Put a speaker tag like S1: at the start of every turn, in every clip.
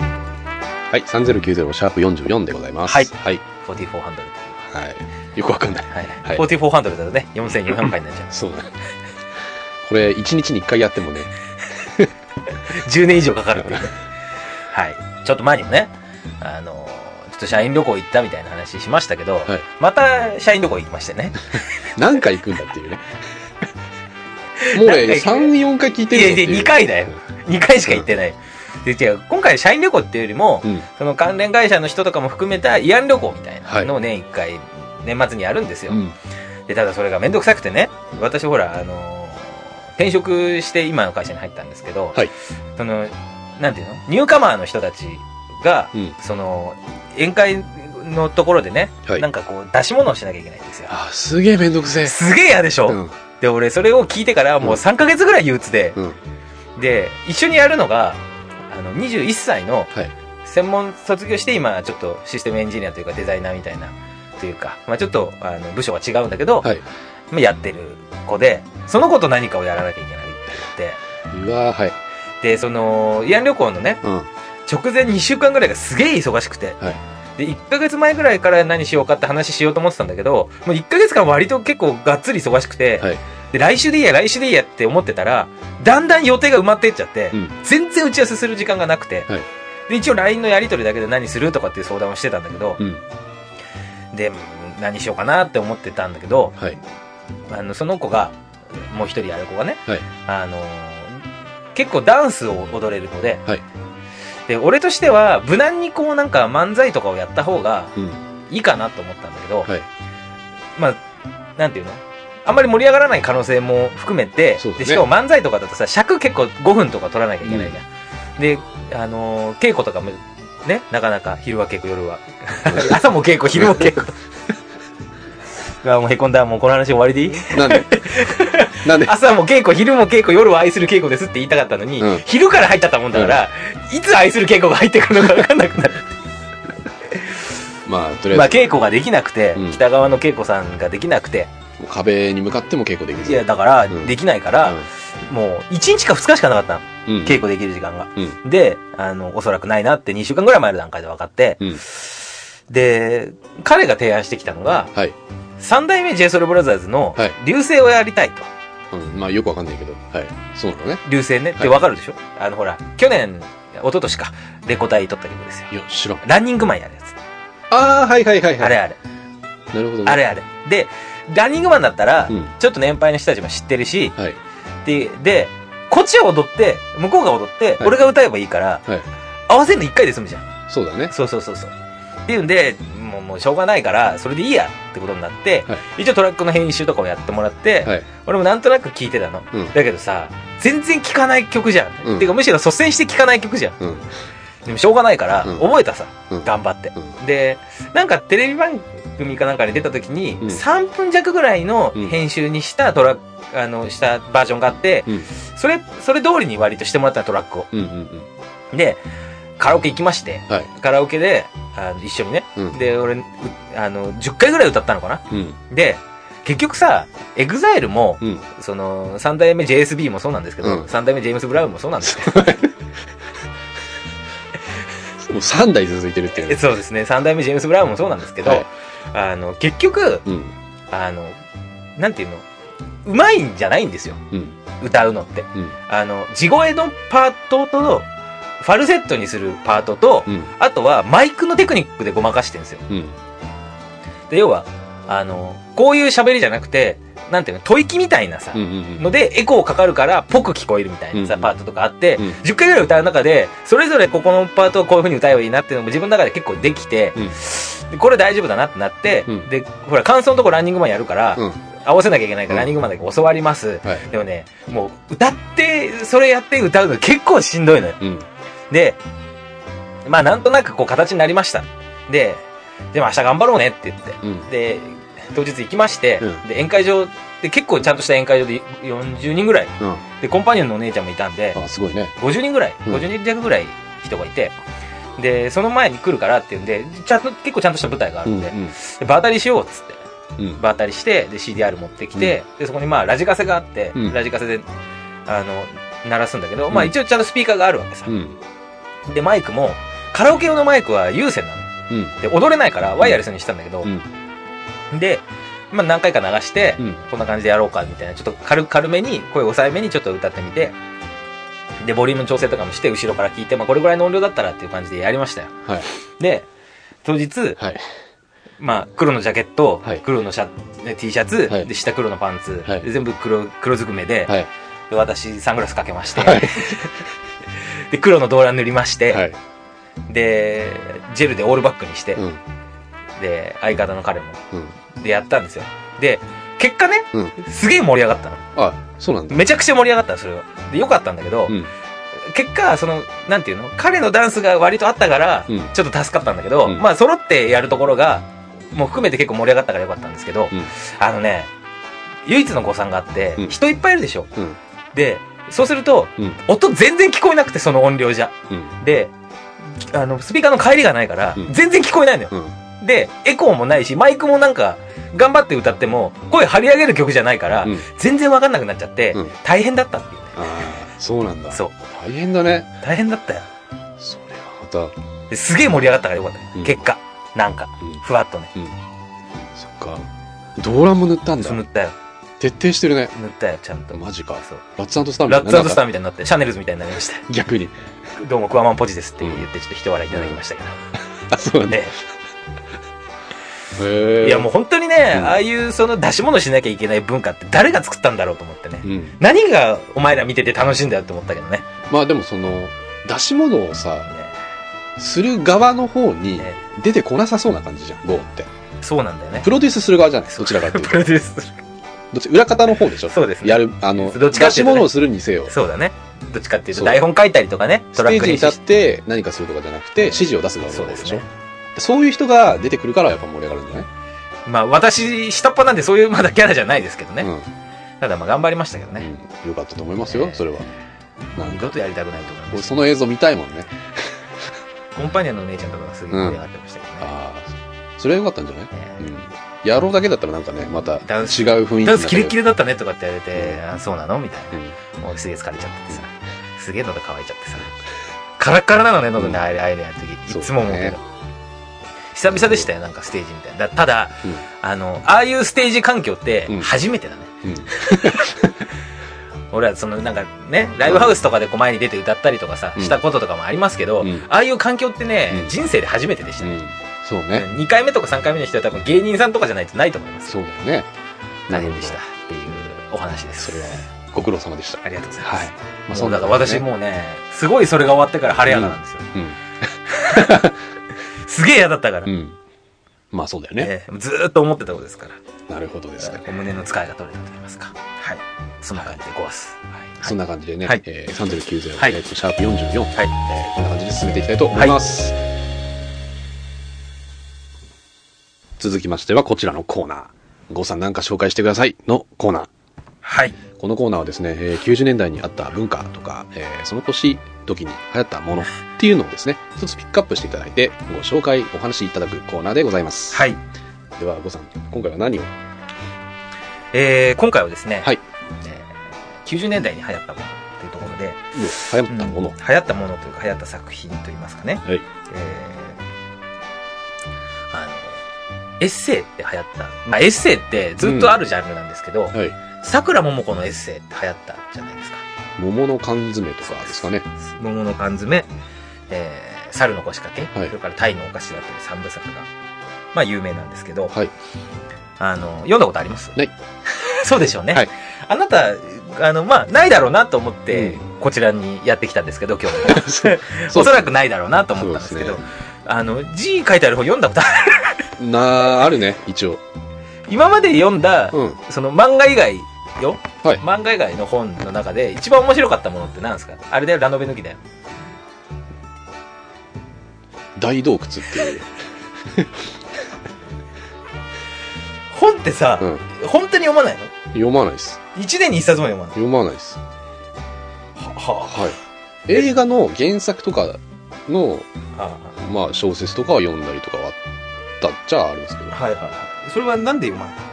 S1: はい、3090シャープ44でございます。
S2: はい
S1: はい。
S2: 44ハンドル。
S1: はい。よくわかんない。
S2: はい。
S1: はい
S2: 44ハンドルだとね、4400回になっちゃう。
S1: そうだね。これ、1日に1回やってもね、
S2: 10年以上かかるっていうね。はい。ちょっと前にもね、あの、ちょっと社員旅行行ったみたいな話しましたけど、
S1: はい
S2: また社員旅行行きましてね。
S1: 何回行くんだっていうね。もうね、
S2: 何回行く
S1: 3、4回聞いてるよっていう
S2: いやいや二回だよ。2回しか行ってない。で、違う、今回社員旅行っていうよりも
S1: う、ん。
S2: その関連会社の人とかも含めた慰安旅行みたいなのを年1回、年末にやるんですよ。
S1: うん。
S2: で、ただそれがめんどくさくてね、私ほら、あのー転職して今の会社に入ったんですけど、
S1: はい
S2: その、なんていうのニューカマーの人たちが、
S1: うん
S2: その、宴会のところでね、
S1: はい
S2: なんかこう、出し物をしなきゃいけないんですよ。
S1: あー、すげえめんどくせえ。
S2: すげえ嫌でしょ、
S1: うん。
S2: で、俺それを聞いてからもう3ヶ月ぐらい憂鬱で、
S1: うん。
S2: で、一緒にやるのが、あの、21歳の
S1: はい、
S2: 専門卒業して今、ちょっとシステムエンジニアというかデザイナーみたいな、というか、まあちょっと、あの、部署は違うんだけど、
S1: はい。
S2: まあやってる子で、その子と何かをやらなきゃいけないって言っ
S1: うわー、はい。
S2: て、で、その、慰安旅行のね、
S1: うん。
S2: 直前2週間ぐらいがすげえ忙しくて、
S1: はい
S2: で、1ヶ月前ぐらいから何しようかって話しようと思ってたんだけど、もう1ヶ月間割と結構がっつり忙しくて、
S1: はい
S2: で、来週でいいや、来週でいいやって思ってたら、だんだん予定が埋まってっちゃって、
S1: うん
S2: 全然打ち合わせする時間がなくて、
S1: はい
S2: で、一応 LINE のやり取りだけで何するとかっていう相談をしてたんだけど
S1: う、ん。
S2: で、うん何しようかなって思ってたんだけど、
S1: はい。
S2: あの、その子が、もう一人やる子がね、
S1: はい
S2: あのー結構ダンスを踊れるので、
S1: はい
S2: で、俺としては、無難にこうなんか漫才とかをやった方が
S1: うん。
S2: いいかなと思ったんだけど、
S1: はい。
S2: まあ、なんていうのあんまり盛り上がらない可能性も含めて、
S1: そうだね
S2: しかも漫才とかだとさ、尺結構5分とか取らなきゃいけないじゃん。で、あのー稽古とかも、ね、なかなか昼は稽古、夜は。 朝も稽古、昼 も稽古。 うわもうへこんだ。もうこの話終わりでいい
S1: なんでなん で
S2: 朝も稽古、昼も稽古、夜は愛する稽古ですって言いたかったのに、
S1: うん
S2: 昼から入っちゃったもんだから、いつ愛する稽古が入ってくるのか分かんなくなる。
S1: まあ、とりあ
S2: まあ
S1: えず、
S2: 稽古ができなくて、
S1: うん
S2: 北川の稽古さんができなくて、
S1: もう壁に向かっても稽古でき
S2: い
S1: ず。
S2: や、だから、
S1: うん
S2: できないから、もう、1日か2日しかなかったの。
S1: うん。うん。
S2: 稽古できる時間が。
S1: う
S2: で、あの、おそらくないなって2週間ぐらい前の段階で分かって、
S1: うん
S2: で、彼が提案してきたのが、
S1: はい。
S2: 三代目 JSOULBROTHERS の
S1: はい、
S2: 流星をやりたい
S1: う
S2: と。
S1: ん。まあ、よくわかんないけど。はい。そうなのね。
S2: 流星ね、っ
S1: は
S2: て
S1: い
S2: 分かるでしょ、あの、ほら、去年、一昨年か、レコ大撮った曲ですよ。
S1: いや、知らん。
S2: ランニングマンやるやつ。
S1: ああ、はいはいはいはい。
S2: あれあれ。
S1: なるほどね。
S2: あれあれ。で、ランニングマンだったら
S1: うん、
S2: ちょっと年配の人たちも知ってるし、
S1: はい。
S2: で、で、こっちは踊って、向こうが踊って、
S1: はい
S2: 俺が歌えばいいから
S1: はい、
S2: 合わせるの一回で済むじゃん。
S1: そうだね。
S2: そうそうそうそう。っていうんで、もう、もうしょうがないから、それでいいやってことになって
S1: は、
S2: 一応トラックの編集とかをやってもらって
S1: はい、
S2: 俺もなんとなく聴いてたの
S1: うん。
S2: だけどさ、全然聴かない曲じゃ
S1: うん
S2: ん。てかむしろ率先して聴かない曲じゃん。
S1: うん。
S2: でもしょうがないから、
S1: うん
S2: 覚えたさ、
S1: うん
S2: 頑張って、
S1: う
S2: で、なんかテレビ番組かなんかに出た時に、
S1: ん
S2: 3分弱ぐらいの
S1: うん
S2: 編集にしたトラック、あの、したバージョンがあって、
S1: うん
S2: それ、それ通りに割としてもらったトラックを。
S1: うんうんうん。
S2: で、カラオケ行きまして、
S1: はい。
S2: カラオケで、あの一緒にね、
S1: うん
S2: で、俺、うあの、10回ぐらい歌ったのかな
S1: うん。
S2: で、結局さ、エグザイルも、
S1: うん。
S2: その、三代目 JSB もそうなんですけど、
S1: うん
S2: 三代目ジェームス・ブラウンもそうなんです
S1: もう3代続いてるっていう
S2: え
S1: ね。
S2: そうですね、三代目ジェームス・ブラウンもそうなんですけど、
S1: はい
S2: あの、結局、
S1: うん。
S2: あの、なんていうのうまいんじゃないんですよ、
S1: うん。
S2: 歌うのって。
S1: うん。
S2: あの、地声のパートと、ファルセットにするパートと、
S1: うん。
S2: あとはマイクのテクニックでごまかしてるんですよ。
S1: うん。
S2: で、要は、あの、こういう喋りじゃなくて、なんていうの、吐息みたいなさ、
S1: うん。うん。
S2: ので、エコーかかるから、ぽく聞こえるみたいなさ、
S1: うん
S2: パートとかあって、
S1: うん
S2: 10回ぐらい歌う中で、それぞれここのパートをこういう風に歌えばいいなっていうのも自分の中で結構できて、
S1: うん
S2: でこれ大丈夫だなってなって、
S1: うん
S2: で、ほら、感想のとこランニングマンやるから、
S1: うん
S2: 合わせなきゃいけないから、
S1: うん
S2: ランニングマンだけ教わります。
S1: はい。
S2: でもね、もう、歌って、それやって歌うの結構しんどいのよ。
S1: うん。
S2: で、まあ、なんとなくこう、形になりました。で、でも明日頑張ろうねって言って、
S1: うん。
S2: で、当日行きまして、
S1: うん
S2: で、宴会場、で、結構ちゃんとした宴会場で40人ぐらい。
S1: うん。
S2: で、コンパニオンのお姉ちゃんもいたんで、
S1: あ、すごいね。
S2: 50人ぐらい、
S1: うん
S2: 50人弱ぐらい人がいて、で、その前に来るからっていうんで、ちゃんと、結構ちゃんとした舞台があ
S1: う
S2: る
S1: ん。
S2: ん
S1: う
S2: で、
S1: ん。
S2: で場当たりしようっつって、
S1: うん。
S2: 場当たりして、で、CDR 持ってきて、で、そこにまあ、ラジカセがあって、
S1: うん
S2: ラジカセで、あの、鳴らすんだけど、まあ
S1: うん
S2: 一応ちゃんとスピーカーがあるわけさ。
S1: うん。
S2: で、マイクも、カラオケ用のマイクは有線なの。
S1: うん。
S2: で、踊れないからワイヤレスにしたんだけど
S1: う、ん。
S2: で、まあ何回か流して、
S1: うん。
S2: こんな感じでやろうかみたいな、ちょっと軽軽めに、声抑えめにちょっと歌ってみて、で、ボリューム調整とかもして、後ろから聞いて、まあこれぐらいの音量だったらっていう感じでやりましたよ。
S1: はい。
S2: で、当日、
S1: はい。
S2: まあ、黒のジャケット、
S1: はい
S2: 黒のシャね T シャツ、
S1: はい
S2: で下黒のパンツ、
S1: はい
S2: で全部黒黒ずくめで,、
S1: はい。
S2: で私サングラスかけまして、
S1: はい
S2: で黒の動乱塗りまして、
S1: はい。
S2: でジェルでオールバックにして、
S1: うん。
S2: で相方の彼も
S1: うん。
S2: でやったんですよで結果ね、
S1: う
S2: すげえ盛り上がったの
S1: あ、そうなんだ。
S2: めちゃくちゃ盛り上がったのそれはでよかったんだけど、
S1: うん。
S2: 結果そのなんていうの彼のダンスが割とあったから、
S1: うん
S2: ちょっと助かったんだけど、
S1: うん
S2: まあ揃ってやるところがもう含めて結構盛り上がったからよかったんですけど、
S1: うん
S2: あのね唯一の誤算があって、
S1: うん
S2: 人いっぱいいるでしょ
S1: うん。
S2: でそうすると、
S1: うん
S2: 音全然聞こえなくてその音量じゃ
S1: うん。
S2: であのスピーカーの帰りがないから、
S1: うん
S2: 全然聞こえないのよ、
S1: うん。
S2: でエコーもないしマイクもなんか頑張って歌っても声張り上げる曲じゃないから、
S1: うん
S2: 全然わかんなくなっちゃって、
S1: うん
S2: 大変だったっていうね
S1: ああ、そうなんだ。
S2: そう
S1: 大変だね。
S2: 大変だったよ
S1: それはまた、うん。
S2: ですげえ盛り上がったからよかったね、
S1: うん
S2: 結果なんかふわっとね
S1: そっか。動乱も塗ったんだ
S2: そう。塗ったよ
S1: 徹底してるね。
S2: 塗ったよちゃんと
S1: マジか。
S2: そう
S1: ラッツスターみた
S2: ラ
S1: い
S2: ッ
S1: な
S2: ツスタ
S1: な
S2: ーみたいになってシャネルズみたいになりました
S1: んか逆に。
S2: どうもクワマンポジですって言ってちょっと一笑いいただきましたけど、
S1: あ、そうなんだ。
S2: え
S1: へ
S2: え
S1: え。
S2: いやもう本当にね、
S1: うん
S2: ああいうその出し物しなきゃいけない文化って誰が作ったんだろうと思ってね、
S1: う。うん。
S2: 何がお前ら見てて楽しいんだよって思ったけどねね
S1: まあでもその、出し物をさ、する側の方に
S2: ね
S1: 出てこなさそうな感じじゃん、ゴーって。
S2: そうなんだよね
S1: プロデュースする側じゃないどちらかっていうと
S2: プ。ロデュースする
S1: どっち裏方の方でしょ
S2: そうですね
S1: やる、あの、
S2: どっち
S1: 出
S2: かって
S1: し
S2: いうとね
S1: 物をするにせよ。
S2: そうだねどっちかっていう
S1: そ
S2: と
S1: う
S2: 台本書いたりとかね
S1: ス
S2: トラ
S1: テ
S2: ッ
S1: ー
S2: ク
S1: ジに
S2: 練習
S1: 立っ
S2: して
S1: 何かするとかじゃなくて、指示を出す側の方でし
S2: そう
S1: ょ
S2: で
S1: そういう人が出てくるからやっぱ盛り上がるんじゃない
S2: まあ私下っ端なんでそういうまだキャラじゃないですけどね、
S1: うん
S2: ただまあ頑張りましたけどね、
S1: うん。よかったと思いますよ、それは。なん
S2: 二
S1: か、
S2: 度とやりたくないと思いま
S1: 俺
S2: す
S1: その映像見たいもんね。
S2: コンパニオンの姉ちゃんとかがすげえ盛り上がってましたけどね、
S1: ああ、それはよかったんじゃない
S2: ね
S1: うん。やろうだけだったらなんかね、また違う
S2: ダンス
S1: 雰囲気にな
S2: ダ
S1: る
S2: ンスキレッキレだったねとかって言われて、
S1: うん
S2: あそうなのみたい
S1: うん
S2: な。もうすげえ疲れちゃってさ。すげえ喉乾いちゃってさ。カラッカラなのね、喉
S1: う
S2: ね、
S1: ん
S2: あれ、あれやる時。
S1: そう
S2: いつも思うけど。久々でしたよ、なんかステージみたいな。だただ、
S1: うん
S2: あの、ああいうステージ環境って
S1: うん
S2: 初めてだね。
S1: うん。
S2: 俺はそのなんかね、ライブハウスとかでこう前に出て歌ったりとかさ、
S1: うん
S2: したこととかもありますけど、
S1: うん
S2: ああいう環境ってね、
S1: うん
S2: 人生で初めてでした
S1: う
S2: ね。
S1: んそうね。
S2: 2回目とか3回目の人は多分芸人さんとかじゃないとないと思います。
S1: そうだよね。
S2: 大変でした。っていうお話です。
S1: それはご苦労様でした。
S2: ありがとうございます。
S1: はい。
S2: まあ、
S1: そ
S2: そうう
S1: だ
S2: だ
S1: か
S2: からら
S1: 私
S2: 私
S1: も。
S2: もうね、すごいそれが終わってから晴れやかなんですよ。すげえ嫌だったから。
S1: うん。うん。まあそうだよね。
S2: ええずーっと思ってたことですから。
S1: なるほどですね。
S2: お胸の使いが取れたと言いますか。はい。そんな感じでごわす。
S1: はいそんな感じでね、
S2: はい
S1: えー、3090、
S2: はい
S1: えーとシャープ44、
S2: はい。
S1: えーこんな感じで進めていきたいと思います。続きましてはこちらのコーナー。ゴーさんなんか紹介してくださいのコーナー。
S2: はい。
S1: このコーナーはですね、えー90年代にあった文化とか、えーその年時に流行ったものっていうのをですね、一つピックアップしていただいて、ご紹介、お話しいただくコーナーでございます。
S2: はい。
S1: では、ごさん、今回は何を
S2: えー、今回はですね、
S1: はい
S2: えー90年代に流行ったものというところで、
S1: 流行ったもの、
S2: うん流行ったものというか流行った作品といいますかね。
S1: はい
S2: えーあの、エッセイって流行った。まあ、エッセイってずっとあるジャンルなんですけど、
S1: はい。
S2: 桜桃子のエッセイって流行ったじゃないですか。
S1: 桃の缶詰とかですかね。
S2: 桃の缶詰、えー、猿の腰掛け、
S1: はい
S2: それからタイのお菓子だったり三部作が、まあ有名なんですけど、
S1: はい。
S2: あの、読んだことあります
S1: ない。
S2: そうでしょうね。
S1: はい
S2: あなた、あの、まあ、ないだろうなと思って
S1: う、
S2: こちらにやってきたんですけど、今日も。
S1: そう
S2: おそらくないだろうなと思ったんですけ
S1: そう
S2: ど、
S1: で
S2: あの、字書いてある本読んだことある。
S1: なあるね、一応。
S2: 今まで読んだ、
S1: うん。
S2: その漫画以外よ。
S1: はい
S2: 漫画以外の本の中で、一番面白かったものって何ですかあれだよ、ラノベ抜きだよ。
S1: 大洞窟っていう。
S2: 本ってさ、
S1: うん。
S2: 本当に読まないの
S1: 読まないです。
S2: 一年に一冊も読まない。
S1: 読まないです。
S2: は
S1: はい。映画の原作とかの、
S2: あ、は
S1: まあ、小説とかは読んだりとかはあったっちゃあるんですけど
S2: あ、。はいはいはい。それはなんで読まない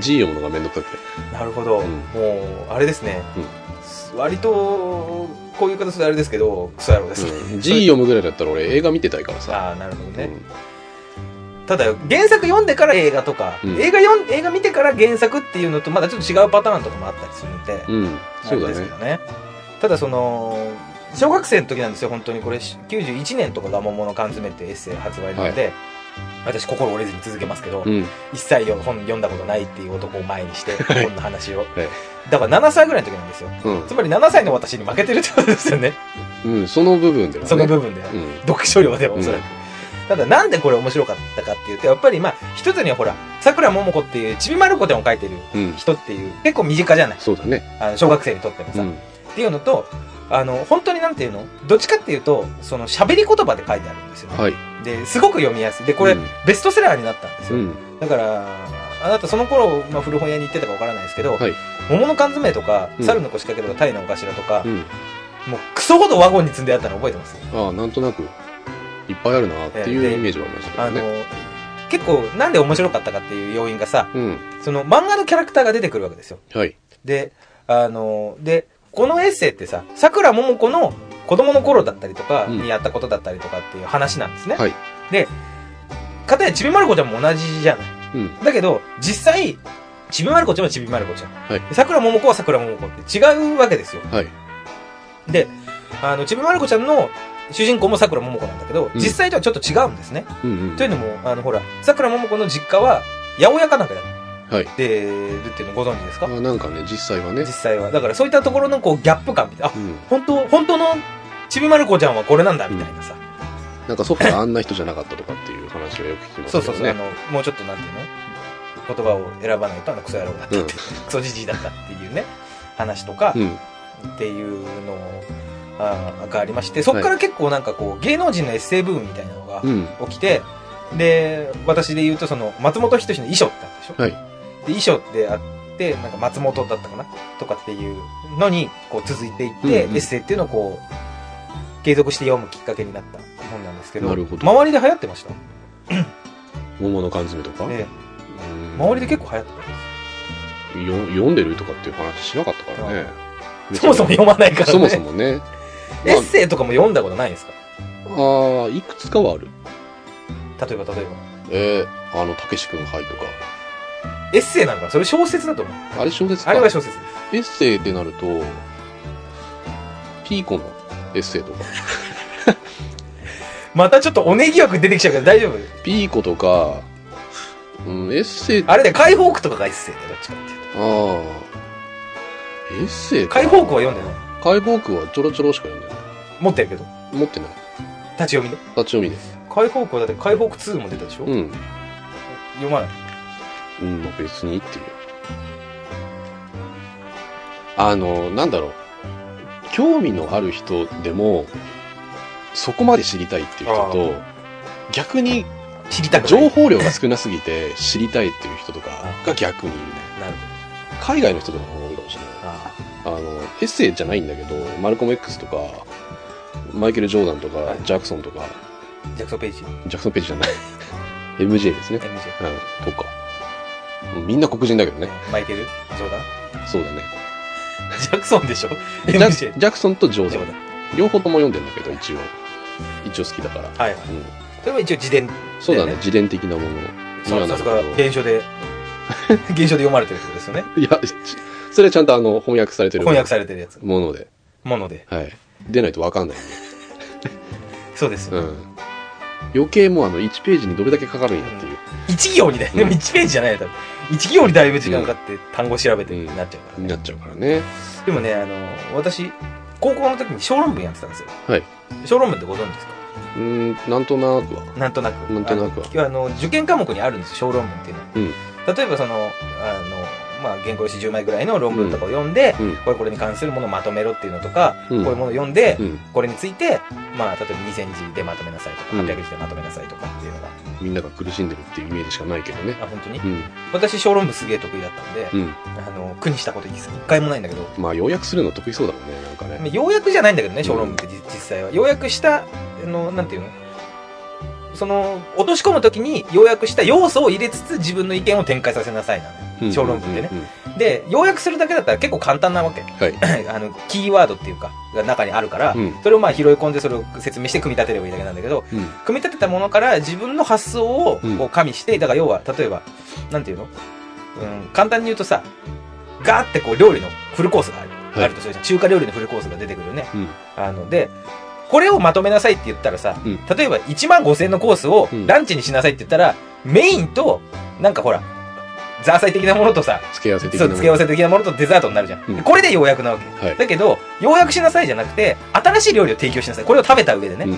S1: G 読むのがめんどくさくて。
S2: なるほど、
S1: うん
S2: もうあれですね、割とこういう形であれですけどクソ野郎ですね、
S1: うん G 読むぐらいだったら俺映画見てたいからさ。
S2: ああなるほどね、
S1: うん
S2: ただ原作読んでから映画とか、
S1: うん
S2: 映画読ん映画見てから原作っていうのとまだちょっと違うパターンとかもあったりするんで、
S1: うん。そうだ
S2: あれですけ
S1: ね
S2: ど。ねただその小学生の時なんですよ本当にこれ91年とか「がももの缶詰」ってエッセイ発売なので、私心折れずに続けますけど、
S1: うん。
S2: 一切よ本読んだことないっていう男を前にして
S1: はい
S2: 本の話を、
S1: え
S2: だから7歳ぐらいの時なんですよ
S1: うん
S2: つまり7歳の私に負けてるってことですよね
S1: うん。その部分ではね。
S2: その部分で、
S1: うん。
S2: 読書量ではおそらく、
S1: う
S2: ただなんでこれ面白かったかっていうとやっぱりまあ一つにはほらさくらももこっていうちびまる子ちゃんを書いてる
S1: うん。
S2: 人っていう結構身近じゃない
S1: そうだね。
S2: あの小学生にとっても
S1: う
S2: さ、
S1: ん。
S2: っていうのと、あの、本当になんていうのどっちかっていうと、その喋り言葉で書いてあるんですよね、
S1: はい。
S2: で、すごく読みやすい。で、これ、
S1: うん
S2: ベストセラーになったんです
S1: う
S2: よ。
S1: ん。
S2: だから、あなたその頃、まあ、古本屋に行ってたかわからないですけど、
S1: はい
S2: 桃の缶詰とか、
S1: うん
S2: 猿の腰掛けとか、タイのお頭とか、
S1: うん。
S2: もうクソほどワゴンに積んであったの覚えてます
S1: ああ、なんとなく、いっぱいあるなって
S2: ええ
S1: い
S2: で
S1: うイメージはありましたけ
S2: あ
S1: ど
S2: の
S1: ね。、
S2: 結構なんで面白かったかっていう要因がさ、
S1: うん。
S2: その漫画のキャラクターが出てくるわけですよ。
S1: はい。
S2: で、あの、で、このエッセイってさ、桜ももこの子供の頃だったりとか、
S1: うん
S2: にやったことだったりとかっていう話なんですね。
S1: はい。
S2: で、かたやちびまる子ちゃんも同じじゃない。
S1: うん。
S2: だけど、実際、ちびまる子ちゃんはちびまる子ちゃん。
S1: はい
S2: で桜ももこは桜ももこって違うわけですよ。
S1: はい。
S2: で、あの、ちびまる子ちゃんの主人公も桜ももこなんだけど、
S1: うん
S2: 実際とはちょっと違うんですね。
S1: うんうん。
S2: というのも、あの、ほら、桜ももこの実家は、八百屋かなんかや
S1: はい。
S2: ってるっていうのご存知ですか
S1: あなんかね、実際はね
S2: 実。際は。だからそういったところのこうギャップ感みたいな。
S1: う
S2: あ、
S1: ん。
S2: 本当、本当のちびまる子ちゃんはこれなんだみたいなさ。
S1: なんかソフトがあんな人じゃなかったとかっていう話はよく聞きます
S2: そ
S1: よ
S2: う
S1: ね。
S2: そうそう。あの、もうちょっとなんていうの言葉を選ばないとあのクソ野郎だったって、
S1: うん
S2: クソじじいだったっていうね、話とか
S1: うん。
S2: っていうのあがありまして、そこから結構なんかこう芸能人のエッセイブームみたいなのが
S1: うん。
S2: 起きて、で、私で言うとその松本人志の遺書ってあったでしょ
S1: はい
S2: で、遺書ってあって、なんか松本だったかなとかっていうのにこう続いていって、
S1: うんうん
S2: エッセイっていうのをこう継続して読むきっかけになった本なんですけど、
S1: なるほど
S2: 周りで流行ってました。
S1: 桃の缶詰とか。
S2: ね
S1: うん
S2: 周りで結構流行ってたんですよ
S1: よ読んでるとかっていう話しなかったからね。
S2: そもそも読まないからね。
S1: そもそもね。
S2: エッセイとかも読んだことないんですか
S1: まああー、いくつかはある。
S2: 例えば、例えば。
S1: えー、あの、たけし君はいとか。
S2: エッセイなんかそれ小説だと思う。
S1: あれ小説か。
S2: あれは小説で
S1: エッセイってなると、ピーコのエッセイとか。
S2: す。またちょっとおねぎ枠出てきちゃうけど大丈夫
S1: ピーコとか、うん、エッセイ、あ
S2: あれで、解放区とかがエッセイだよ、どっちかっていうと。
S1: あー、エッセイか
S2: 解放区は読んでない。
S1: 解剖区はちょろちょろしか読んでない。
S2: 持ってるけど。
S1: 持ってない。
S2: 立ち読みね。
S1: 立ち読みで。
S2: 解放区はだって解放区2も出たでしょ、
S1: うん。
S2: 読まない。
S1: うん、まあ別にっていう。あの、なんだろう。興味のある人でも、そこまで知りたいっていう人と、逆に
S2: 知りたくない。
S1: 情報量が少なすぎて知りたいっていう人とかが逆にいるね。
S2: なるほ
S1: 海外の人とかの方が多いかもしれない。
S2: ど。あ
S1: あの、エッセイじゃないんだけど、マルコム X とか、マイケル・ジョーダンとか
S2: はい、
S1: ジャクソンとか、
S2: あ。ジャクソン・ペイジ、
S1: ジャクソン・ページじゃない。MJ ですね。
S2: MJ、
S1: うん、とか。みんな黒人だけどね。
S2: マイケル、ジョーダン。
S1: そうだ ね。
S2: ジャクソンでしょ
S1: ジャ
S2: ?MJ。
S1: ジャクソンとジョー
S2: ジ
S1: ダ
S2: ョ
S1: ン
S2: ー。ダン。
S1: 両方とも読んでんだけど、一応。一応好きだから。
S2: はいはい。
S1: うん。
S2: それは一応自伝。
S1: そうだ
S2: だ
S1: ね
S2: よ、ね
S1: 自伝的なもの。には
S2: さ
S1: な
S2: す
S1: る
S2: が、
S1: け
S2: 現象 で、現象で読まれてるってことですよね。
S1: ど。いや、 ちそれはちゃんとあの、翻訳されてる
S2: 翻訳されてるやつ。
S1: もので。
S2: もので。
S1: はい。出ないとわかんないんで。
S2: そうです
S1: う
S2: よ。
S1: ん。余計もうあの、1ページにどれだけかかるんやっていう。
S2: 一行にだよ。
S1: うん
S2: でも一ページじゃないよ、多分。一行にだいぶ時間かかって単語調べてってなっちゃうから
S1: に
S2: ね。
S1: なっちゃうからね。
S2: でもね、あの、私、高校の時に小論文やってたんですよ。
S1: はい。
S2: 小論文ってご存知ですか
S1: うーん、なんとなくは。
S2: なんとなく。
S1: なんとなくは
S2: あの、受験科目にあるんですよ、小論文っていうのは。
S1: うん
S2: 例えばその、あの、まあ、原稿用紙10枚ぐらいの論文とかを読んで、
S1: うん
S2: これこれに関するものをまとめろっていうのとか、
S1: うん
S2: こういうものを読んで、
S1: うん。
S2: これについて、まあ、例えば2000字でまとめなさいとか、
S1: うん
S2: 800字でまとめなさいとかっていうのが、
S1: みんなが苦しんでるっていうイメージしかないけどね。
S2: あ、本当に
S1: うん。
S2: 私、小論文すげえ得意だったんで、
S1: うん。
S2: あの、苦にしたこと一回もないんだけど、
S1: まあ、要約するの得意そうだもんね、なんか
S2: まあ
S1: ね。
S2: 要約じゃないんだけどね、小論文ってじ実際は。要約した、あの、なんていうのその、落とし込むときに要約した要素を入れつつ自分の意見を展開させなさいなのよ。
S1: ううん
S2: 小論文ってね
S1: うんうん
S2: で、要約するだけだったら結構簡単なわけ。
S1: はい。
S2: あの、キーワードっていうか、が中にあるから、
S1: うん
S2: それをまあ拾い込んでそれを説明して組み立てればいいだけなんだけど、
S1: うん
S2: 組み立てたものから自分の発想を
S1: うん
S2: こう加味して、だから要は、例えば、なんていうのうん、簡単に言うとさ、ガーってこう料理のフルコースがある。
S1: はい
S2: あるとするじゃん。中華料理のフルコースが出てくるよね。
S1: うん
S2: あの、で、これをまとめなさいって言ったらさ、
S1: うん
S2: 例えば1万5千のコースを
S1: うん
S2: ランチにしなさいって言ったら、メインと、なんかほら、ザーサイ的なものとさ、
S1: 付け合わせ的
S2: そ
S1: な
S2: う、付け合わせ的なものとデザートになるじゃん。
S1: うん
S2: これでようやくなわけ。
S1: はい
S2: だけど、ようやくしなさいじゃなくて、新しい料理を提供しなさい。これを食べた上でね。
S1: うん
S2: っ、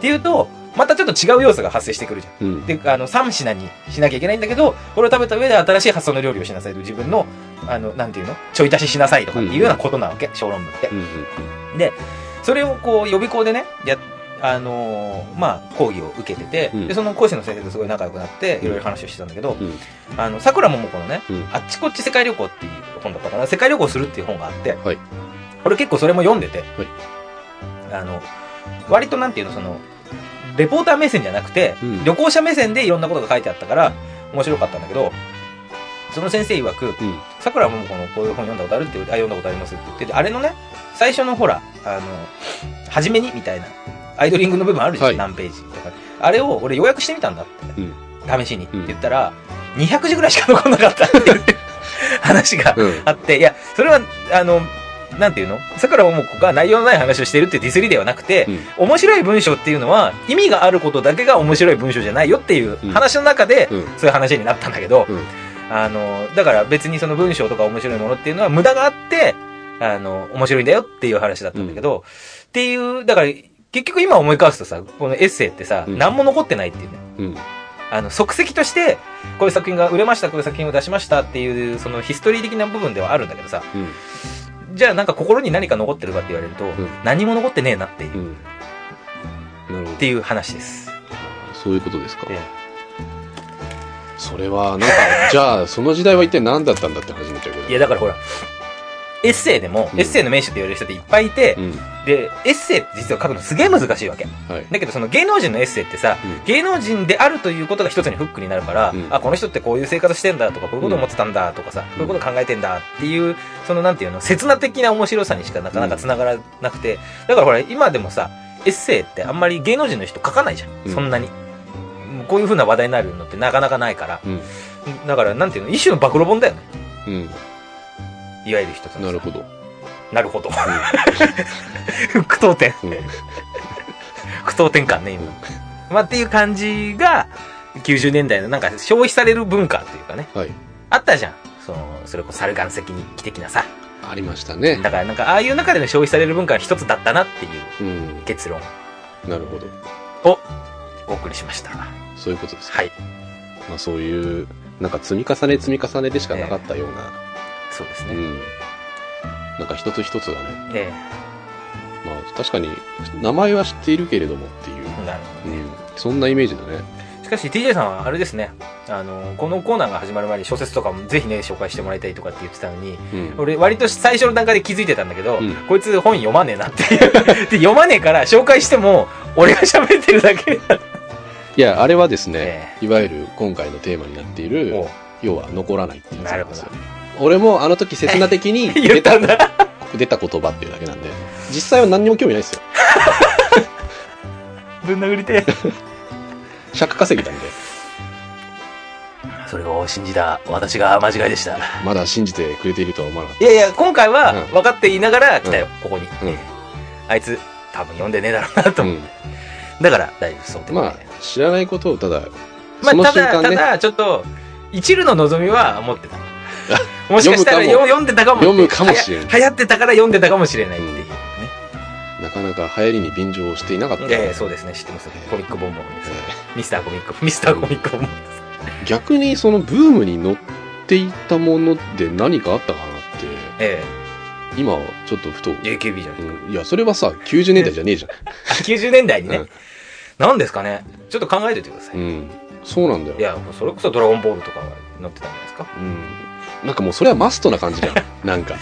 S2: ていうと、またちょっと違う要素が発生してくるじゃん。
S1: うんうん
S2: で、あの、3品にしなきゃいけないんだけど、これを食べた上で新しい発想の料理をしなさいと。自分の、あの、なんていうのちょい足ししなさいとかっていうようなことなわけ。小論文って。
S1: うん
S2: それをこう予備校でね、やあのーまあ、講義を受けてて、
S1: うん
S2: でその講師の先生とすごい仲良くなって、いろいろ話をしてたんだけど、
S1: うん
S2: あの、桜桃子のね、
S1: うん
S2: あっちこっち世界旅行っていう本だったかな、世界旅行するっていう本があって、
S1: はい
S2: 俺結構それも読んでて、あの、割となんていうの、その、レポーター目線じゃなくて、
S1: うん
S2: 旅行者目線でいろんなことが書いてあったから、面白かったんだけど、その先生曰く、
S1: うん
S2: さくらももこのこういう本読んだことあるって言って、あ、読んだことありますって言って、であれのね、最初のほら、あの、初めにみたいな、アイドリングの部分あるじゃん、
S1: はい
S2: 何ページとか。あれを俺予約してみたんだって、
S1: うん
S2: 試しにって言ったら、200字ぐらいしか残んなかったっ ていう話が
S1: うんうん
S2: あって、いや、それは、あの、なんていうのさくらももこが内容のない話をしてるってディスりではなくて、
S1: うん
S2: 面白い文章っていうのは意味があることだけが面白い文章じゃないよっていう話の中で、
S1: うん
S2: そういう話になったんだけど、
S1: うん
S2: あの、だから別にその文章とか面白いものっていうのは無駄があって、あの、面白いんだよっていう話だったんだけど、っていう、だから結局今思い返すとさ、このエッセイってさ、
S1: うん
S2: 何も残ってないっていうね。
S1: うん
S2: あの、即席として、こういう作品が売れました、こういう作品を出しましたっていう、そのヒストリー的な部分ではあるんだけどさ、
S1: うん
S2: じゃあなんか心に何か残ってるかって言われると、
S1: ん
S2: 何も残ってねえなっていう、
S1: う
S2: っ
S1: んなるほど
S2: ていう話です。
S1: そういうことですか
S2: え
S1: それはなんかじゃあその時代は一体何だったんだって話になっちゃうけど
S2: いや、だからほら、エッセイでも、
S1: うん
S2: エッセイの名手って言われる人っていっぱいいて、
S1: うん
S2: で、エッセイって実は書くのすげえ難しいわけ。
S1: はい
S2: だけどその芸能人のエッセイってさ、
S1: うん
S2: 芸能人であるということが一つにフックになるから、
S1: うん
S2: あ、この人ってこういう生活してんだとか、こういうこと思ってたんだとかさ、こういうこと考えてんだっていう、そのなんていうの、刹那的な面白さにしかなかなか繋がらなくて、だからほら、今でもさ、エッセイってあんまり芸能人の人書かないじゃん。
S1: うん
S2: そんなに。こういう風な話題になるのってなかなかないから。
S1: うん
S2: だから、なんていうの、一種の暴露本だよね。
S1: うん
S2: いわゆる一つの。
S1: なるほど
S2: なるほど。 苦闘点。
S1: うんうん
S2: 苦闘転換ね、今。まあ、っていう感じが、90年代のなんか消費される文化っていうかね、
S1: はい
S2: あったじゃん。その、それこそ猿岩石に来的なさ。
S1: ありましたね
S2: だからなんか、ああいう中での消費される文化が一つだったなっていう
S1: うん
S2: 結論を
S1: なるほど
S2: お送りしました。は
S1: そういうことですか
S2: い。
S1: まあそういうなんか積み重ね積み重ねでしかなかったような
S2: そうです
S1: う
S2: ね。
S1: んなんか一つ一つがね
S2: え
S1: まあ確かに名前は知っているけれどもっていう
S2: えなるほど
S1: う
S2: ね。
S1: んそんなイメージだね
S2: しかし TJ さんはあれですね、あの、このコーナーが始まる前に小説とかもぜひね、紹介してもらいたいとかって言ってたのに、
S1: うん
S2: 俺割と最初の段階で気づいてたんだけど、
S1: うん
S2: こいつ本読まねえなっていう で読まねえから紹介しても俺が喋ってるだけだって、
S1: いやあれはですねいわゆる今回のテーマになっている
S2: お
S1: 要は残らないっていうやつ
S2: な
S1: ん
S2: るほ
S1: です
S2: ど
S1: よ俺もあの時刹那的に
S2: 言
S1: 出
S2: った
S1: た
S2: んだ
S1: 出た言葉っていうだけなんで実際は何にも興味ないですよ
S2: ぶん殴りて
S1: 尺稼ぎなんで
S2: それを信じた私が間違いでした
S1: まだ信じてくれているとは思わなかっ
S2: いやいや今回は
S1: うん
S2: 分かっていながら来たよ、ここに、
S1: たうん
S2: あいつ多分読んでねえだろうなと思う、
S1: うん
S2: だから大丈夫そうってこと
S1: ま
S2: で
S1: あ知らないことをただ
S2: まあ
S1: その
S2: た
S1: 瞬
S2: だ、
S1: 間
S2: た
S1: ね
S2: だちょっと一縷の望みは持ってたもしかしたら
S1: 読むかも
S2: よ読んでたかも
S1: 読むかもしれない
S2: はや流行ってたから読んでたかもしれないっていうね、
S1: なかなか流行りに便乗していなかった
S2: ええそうですね、知ってます。コミックボンボンです。ミスターコミック、 ミスターコミックボンボンです。
S1: 逆にそのブームに乗っていたもので何かあったかなって
S2: え
S1: 今ちょっとふと、
S2: え AKB じゃん。
S1: うんいやそれはさ90年代じゃねえじゃ
S2: あ90年代に
S1: う
S2: ね
S1: ん。
S2: 何ですかね。ちょっと考えておいてくださ
S1: ん、う
S2: い。
S1: ん、そうなんだよ
S2: いや、それこそドラゴンボールとかは載ってたんじゃないですか。
S1: うん、なんかもうそれはマストな感じじ ゃんなんか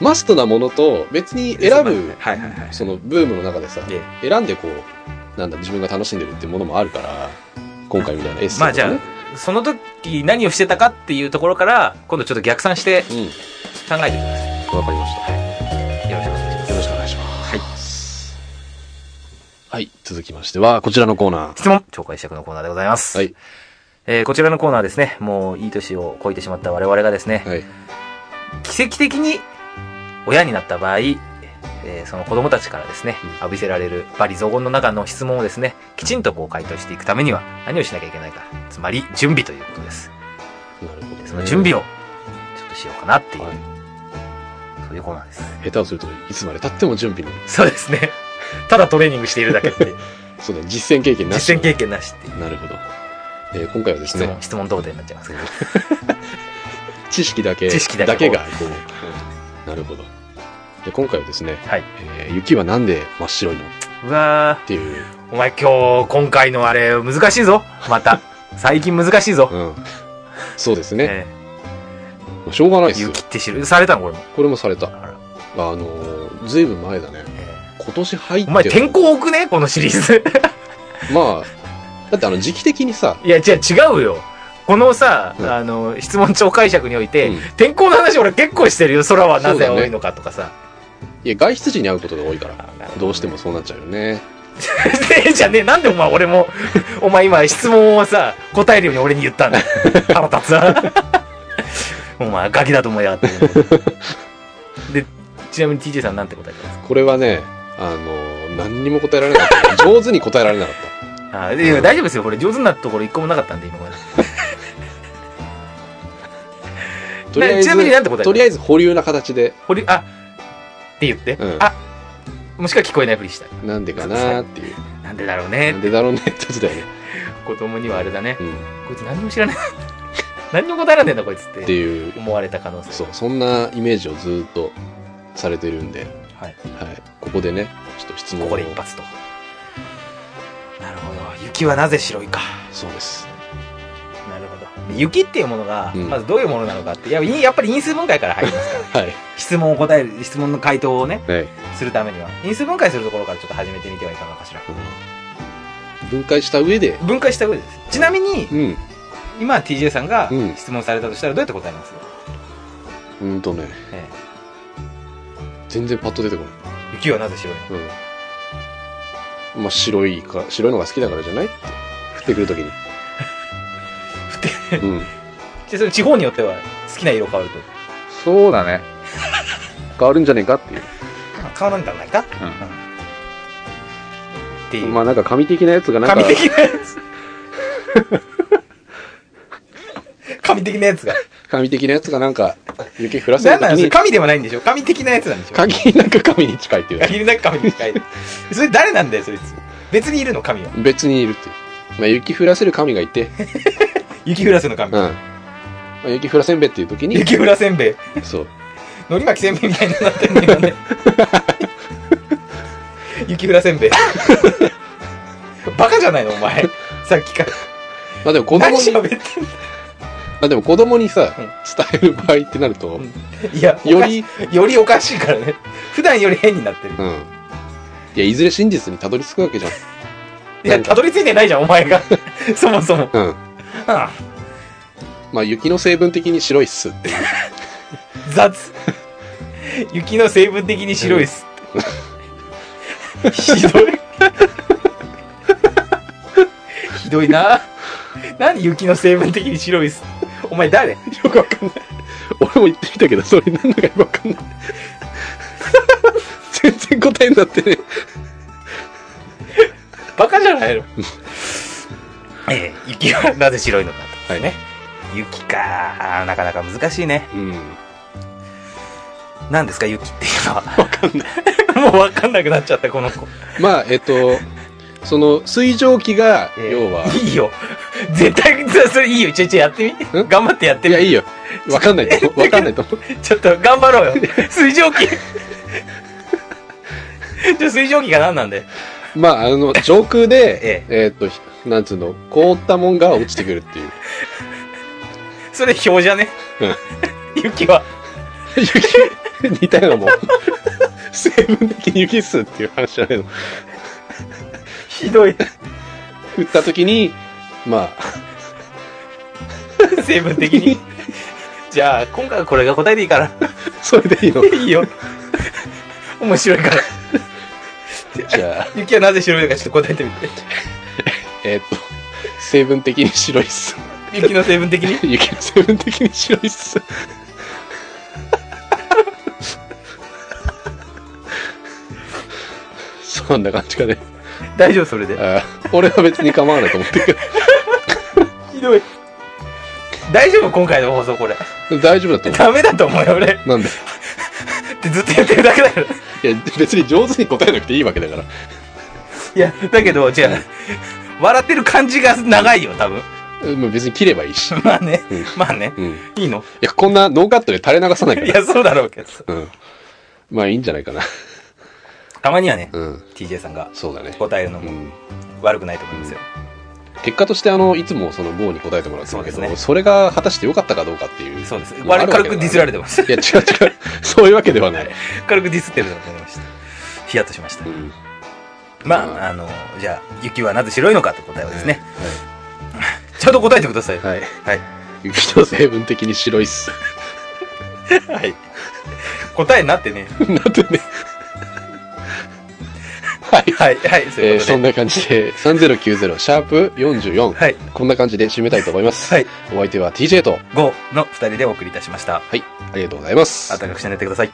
S1: マストなものと別に選ぶ
S2: はいはいはい。
S1: そのブームの中でさ
S2: え
S1: 選んでこうなんだ自分が楽しんでるってものもあるから今回みたいなエッセイ
S2: まあ
S1: と
S2: じ
S1: か
S2: ゃ
S1: ね
S2: あ、その時時何をしてたかっていうところから、今度ちょっと逆算して
S1: うん。
S2: 考えてくださ
S1: わかりました。
S2: い。よろしくお願いします。
S1: よろしくお願いします。はい。はい。続きましては、こちらのコーナー。
S2: 質問超解釈のコーナーでございます。
S1: はい。
S2: えーこちらのコーナーはですね、もういい年を超えてしまった我々がですね、
S1: はい。
S2: 奇跡的に親になった場合、えーその子供たちからですね
S1: うん、
S2: 浴びせられる罵詈雑言の中の質問をですね、きちんとこう回答していくためには何をしなきゃいけないか。つまり、準備ということです。
S1: なるほど、ね。
S2: その準備を、ちょっとしようかなっていう、
S1: はい
S2: そういうコーナーです。
S1: 下手をすると、いつまで経っても準備の、
S2: そうですね。ただトレーニングしているだけっていう、
S1: そうね、実践経験なし。
S2: 実践経験なしっていう。
S1: なるほど。えー今回はです
S2: 質問、
S1: ね、
S2: 質問同点になっちゃいますけど。
S1: 知識だけ、
S2: 知識だけ
S1: が、こう、なるほど。で、今回はですね、
S2: はい。
S1: えー雪はなんで真っ白いのっ
S2: うわ
S1: ていう、
S2: ー、お前今日、今回のあれ、難しいぞ。また。最近難しいぞ。
S1: うん。そうですね。
S2: え
S1: もうしょうがない
S2: え
S1: ですよ。
S2: 雪って知る。されたのこれも。
S1: これもされた。
S2: あ
S1: あ
S2: ら
S1: のー、ずいぶん前だね。
S2: ええ
S1: 今年入って。
S2: お前天候多くねこのシリーズ。
S1: まあ、だってあの、時期的にさ、
S2: いや、違う、違うよ。このさ、
S1: うん
S2: あの、質問超解釈において、
S1: うん
S2: 天候の話俺結構してるよ。空はなぜ
S1: そうだね
S2: 多いのかとかさ。
S1: いや、外出時に会うことが多いから、
S2: あなるほ
S1: どうしてもそうなっちゃうよね。
S2: えじゃあね、なんでお前俺も、 お前今質問をさ、答えるように俺に 言ったんだ。腹立つな。 お前ガキだと思 いやがって。で、ちなみに TJ さんなんて答えてます
S1: これはね、あのー、何にも答えられなか った。上手に答えられなかっ
S2: あいや大丈夫ですよ。これ上手になったところ一個もなかったんで、今まで。
S1: た。とりあえ
S2: ちなみになん
S1: ず、
S2: て答えてます
S1: とりあえず保留な形で、
S2: ほり、あって言って。
S1: うん
S2: あもしくは聞こえないふりした。
S1: なんでかなーっていう。
S2: なんでだろう
S1: な
S2: ね
S1: ん。でだろうねってやつだよね。
S2: 子供にはあれだね。
S1: うん。
S2: こいつ何にも知らない。 何にも答えらんねえんだ、こいつっ
S1: って
S2: て。
S1: いう、
S2: 思われた可能性。
S1: そう、そんなイメージをずーっとされてるんで、
S2: はい。
S1: はい。ここでね、ちょっと質問
S2: こ
S1: を
S2: こで一発と。なるほど。雪はなぜ白いか。
S1: そうです。
S2: なるほど。で雪っていうものが、
S1: うん
S2: まずどういうものなのかって。いやいやっぱり因数分解から入り ますから。
S1: はい。
S2: 質問を答える、質問の回答をね、
S1: はい。
S2: するためには。因数分解するところからちょっと始めてみてはいかがかしら。
S1: うん分解した上で、
S2: 分解した上でです。ちなみに
S1: う、ん。
S2: 今 TJ さんが
S1: うん
S2: 質問されたとしたらどうやって答えます、
S1: うんとね、
S2: ええ
S1: 全然パッと出てこない。
S2: 雪はなぜ白いの
S1: うん。まあ、白いか、白いのが好きだからじゃないって。降ってくるとき に。降ってうん。
S2: でそれ地方によっては好きな色変わると
S1: そうだね。変わるんじゃねえかっていう。
S2: 変わらんじゃないか、っていう、
S1: まあ、なんか神的なやつがなんか
S2: 神、的なやつ神的なやつが
S1: 神的なやつがなんか、雪降らせる
S2: 何
S1: とき
S2: なんです
S1: に、
S2: か神ではないんでしょ神的なやつなんでしょ
S1: 限りなんか神に近いっていう。
S2: 限りなく神に近いそれ誰なんだよそいつ別にいるの神は
S1: 別にいるっていう。まあ、雪降らせる神がい て、
S2: 雪降らせの
S1: うん。
S2: 神、
S1: まあ、雪降らせんべいっていうときに、
S2: 雪降らせんべい
S1: そう。
S2: のり巻きせんべいみたいになってるんだよね雪降らせんべいバカじゃないのお前さっきから
S1: まあでも子
S2: 何
S1: 供に、
S2: 喋っ
S1: ま
S2: てんの
S1: あでも子供にさ
S2: うん、
S1: 伝える場合ってなると、
S2: んいや、
S1: よ
S2: よ
S1: り
S2: り、よりおかしいからね。普段より変になってる
S1: う。ん。いや、いずれ真実にたどり着くわけじゃん。
S2: いや、たどり着いてないじゃん、お前 が。そもそも。
S1: うん。
S2: ああ
S1: まあ、雪の成分的に白いっすっていう。
S2: 雑。雪の成分的に白いっす。 ひどい。ひどいな。何雪の成分的に白いっす。お前誰
S1: よくわかんない。 俺も言ってみたけど、それなんだかよくわかんない。 全然答えになってね。
S2: バカじゃないの。ええ、雪はなぜ白いのかと。
S1: はいね。
S2: 雪か。なかなか難しいね。
S1: うん。
S2: 何ですか雪っていうのは分かんない もう分かんなくなっちゃったこの子
S1: まあ、えっと、その、水蒸気が、
S2: えー
S1: 要は、
S2: いいよ絶対そそれいいよちょいちょいやってみ
S1: ん
S2: 頑張ってやって
S1: い
S2: み
S1: や、いいよ。わかんないと思う。わかんないと 思う。
S2: ちょっと頑張ろうよ水蒸気じゃあ水蒸気が何なんで
S1: まあ、あの、上空で、えっと、ひなんつうの、凍ったもんが落ちてくるっていう。
S2: それ氷じゃね、雪は
S1: 雪、似たような もん。成分的に雪っすっていう話じゃないの。
S2: ひどい
S1: 降った時に、まあ、
S2: 成分的に。じゃあ、今回はこれが答えでいいから。
S1: それでいいの
S2: いいよ。面白いから。
S1: じゃあ、
S2: ゆきはなぜ白いのかちょっと答えてみて。
S1: えーっと、成分的に白いっす。
S2: 雪の成分的に。
S1: 雪の成分的に白いっす。 そんな感じかね。
S2: 大丈夫、それで。
S1: あー俺は別に構わないと思ってるけ
S2: ひどい。大丈夫、今回の放送これ。
S1: ど、 大丈夫だと思
S2: ダメだと思うよ、俺。っ
S1: う。なんで
S2: てずっと言ってるだけだか
S1: い
S2: ら。
S1: や、別に上手に答えなくていいわけだから。
S2: いや、だけど、じゃあ、笑ってる感じが長いよ、多分。
S1: うんまあ別に切ればいいし。
S2: まあね
S1: うん。
S2: まあね。
S1: うん。い
S2: いいの
S1: や、こんなノーカットで垂れ流さないか
S2: い
S1: ら。
S2: や、そうだろうけど。
S1: うん。まあいいんじゃないかな。
S2: たまにはね、
S1: うん。
S2: TJ さんが
S1: そうだね。
S2: 答える
S1: う
S2: のも
S1: ん。
S2: 悪くないと思いますよ。
S1: 結果として、あの、いつもその某に答えてもらってるけど、そ,、
S2: そうですね
S1: れが果たして良かったかどうかっていう。
S2: そうです。
S1: まあ
S2: 悪
S1: あ
S2: く
S1: るわけ
S2: 軽
S1: だ
S2: くディスられてます。
S1: いや、違う違う。そういうわけではない。
S2: 軽くディスってると思いました。ヒヤッとしました
S1: う。ん。
S2: まあ、あの、じゃあ、雪はなぜ白いのかって答えはですね、ちゃんと答えてください。は
S1: はい。はい。
S2: い。
S1: 雪の成分的に白いっす。
S2: はい。答えになってね。
S1: なってね。はい。
S2: はい、はい、そうい
S1: えー
S2: うこ
S1: そ
S2: と
S1: ん
S2: で。
S1: な感じで、3090、シャープ44。
S2: はい。
S1: こんな感じで締めたいと思います。
S2: はい。
S1: お相手は TJ と、
S2: 5の2人でお送りいたしました。
S1: ありがとうございます。
S2: 暖かくして寝てください。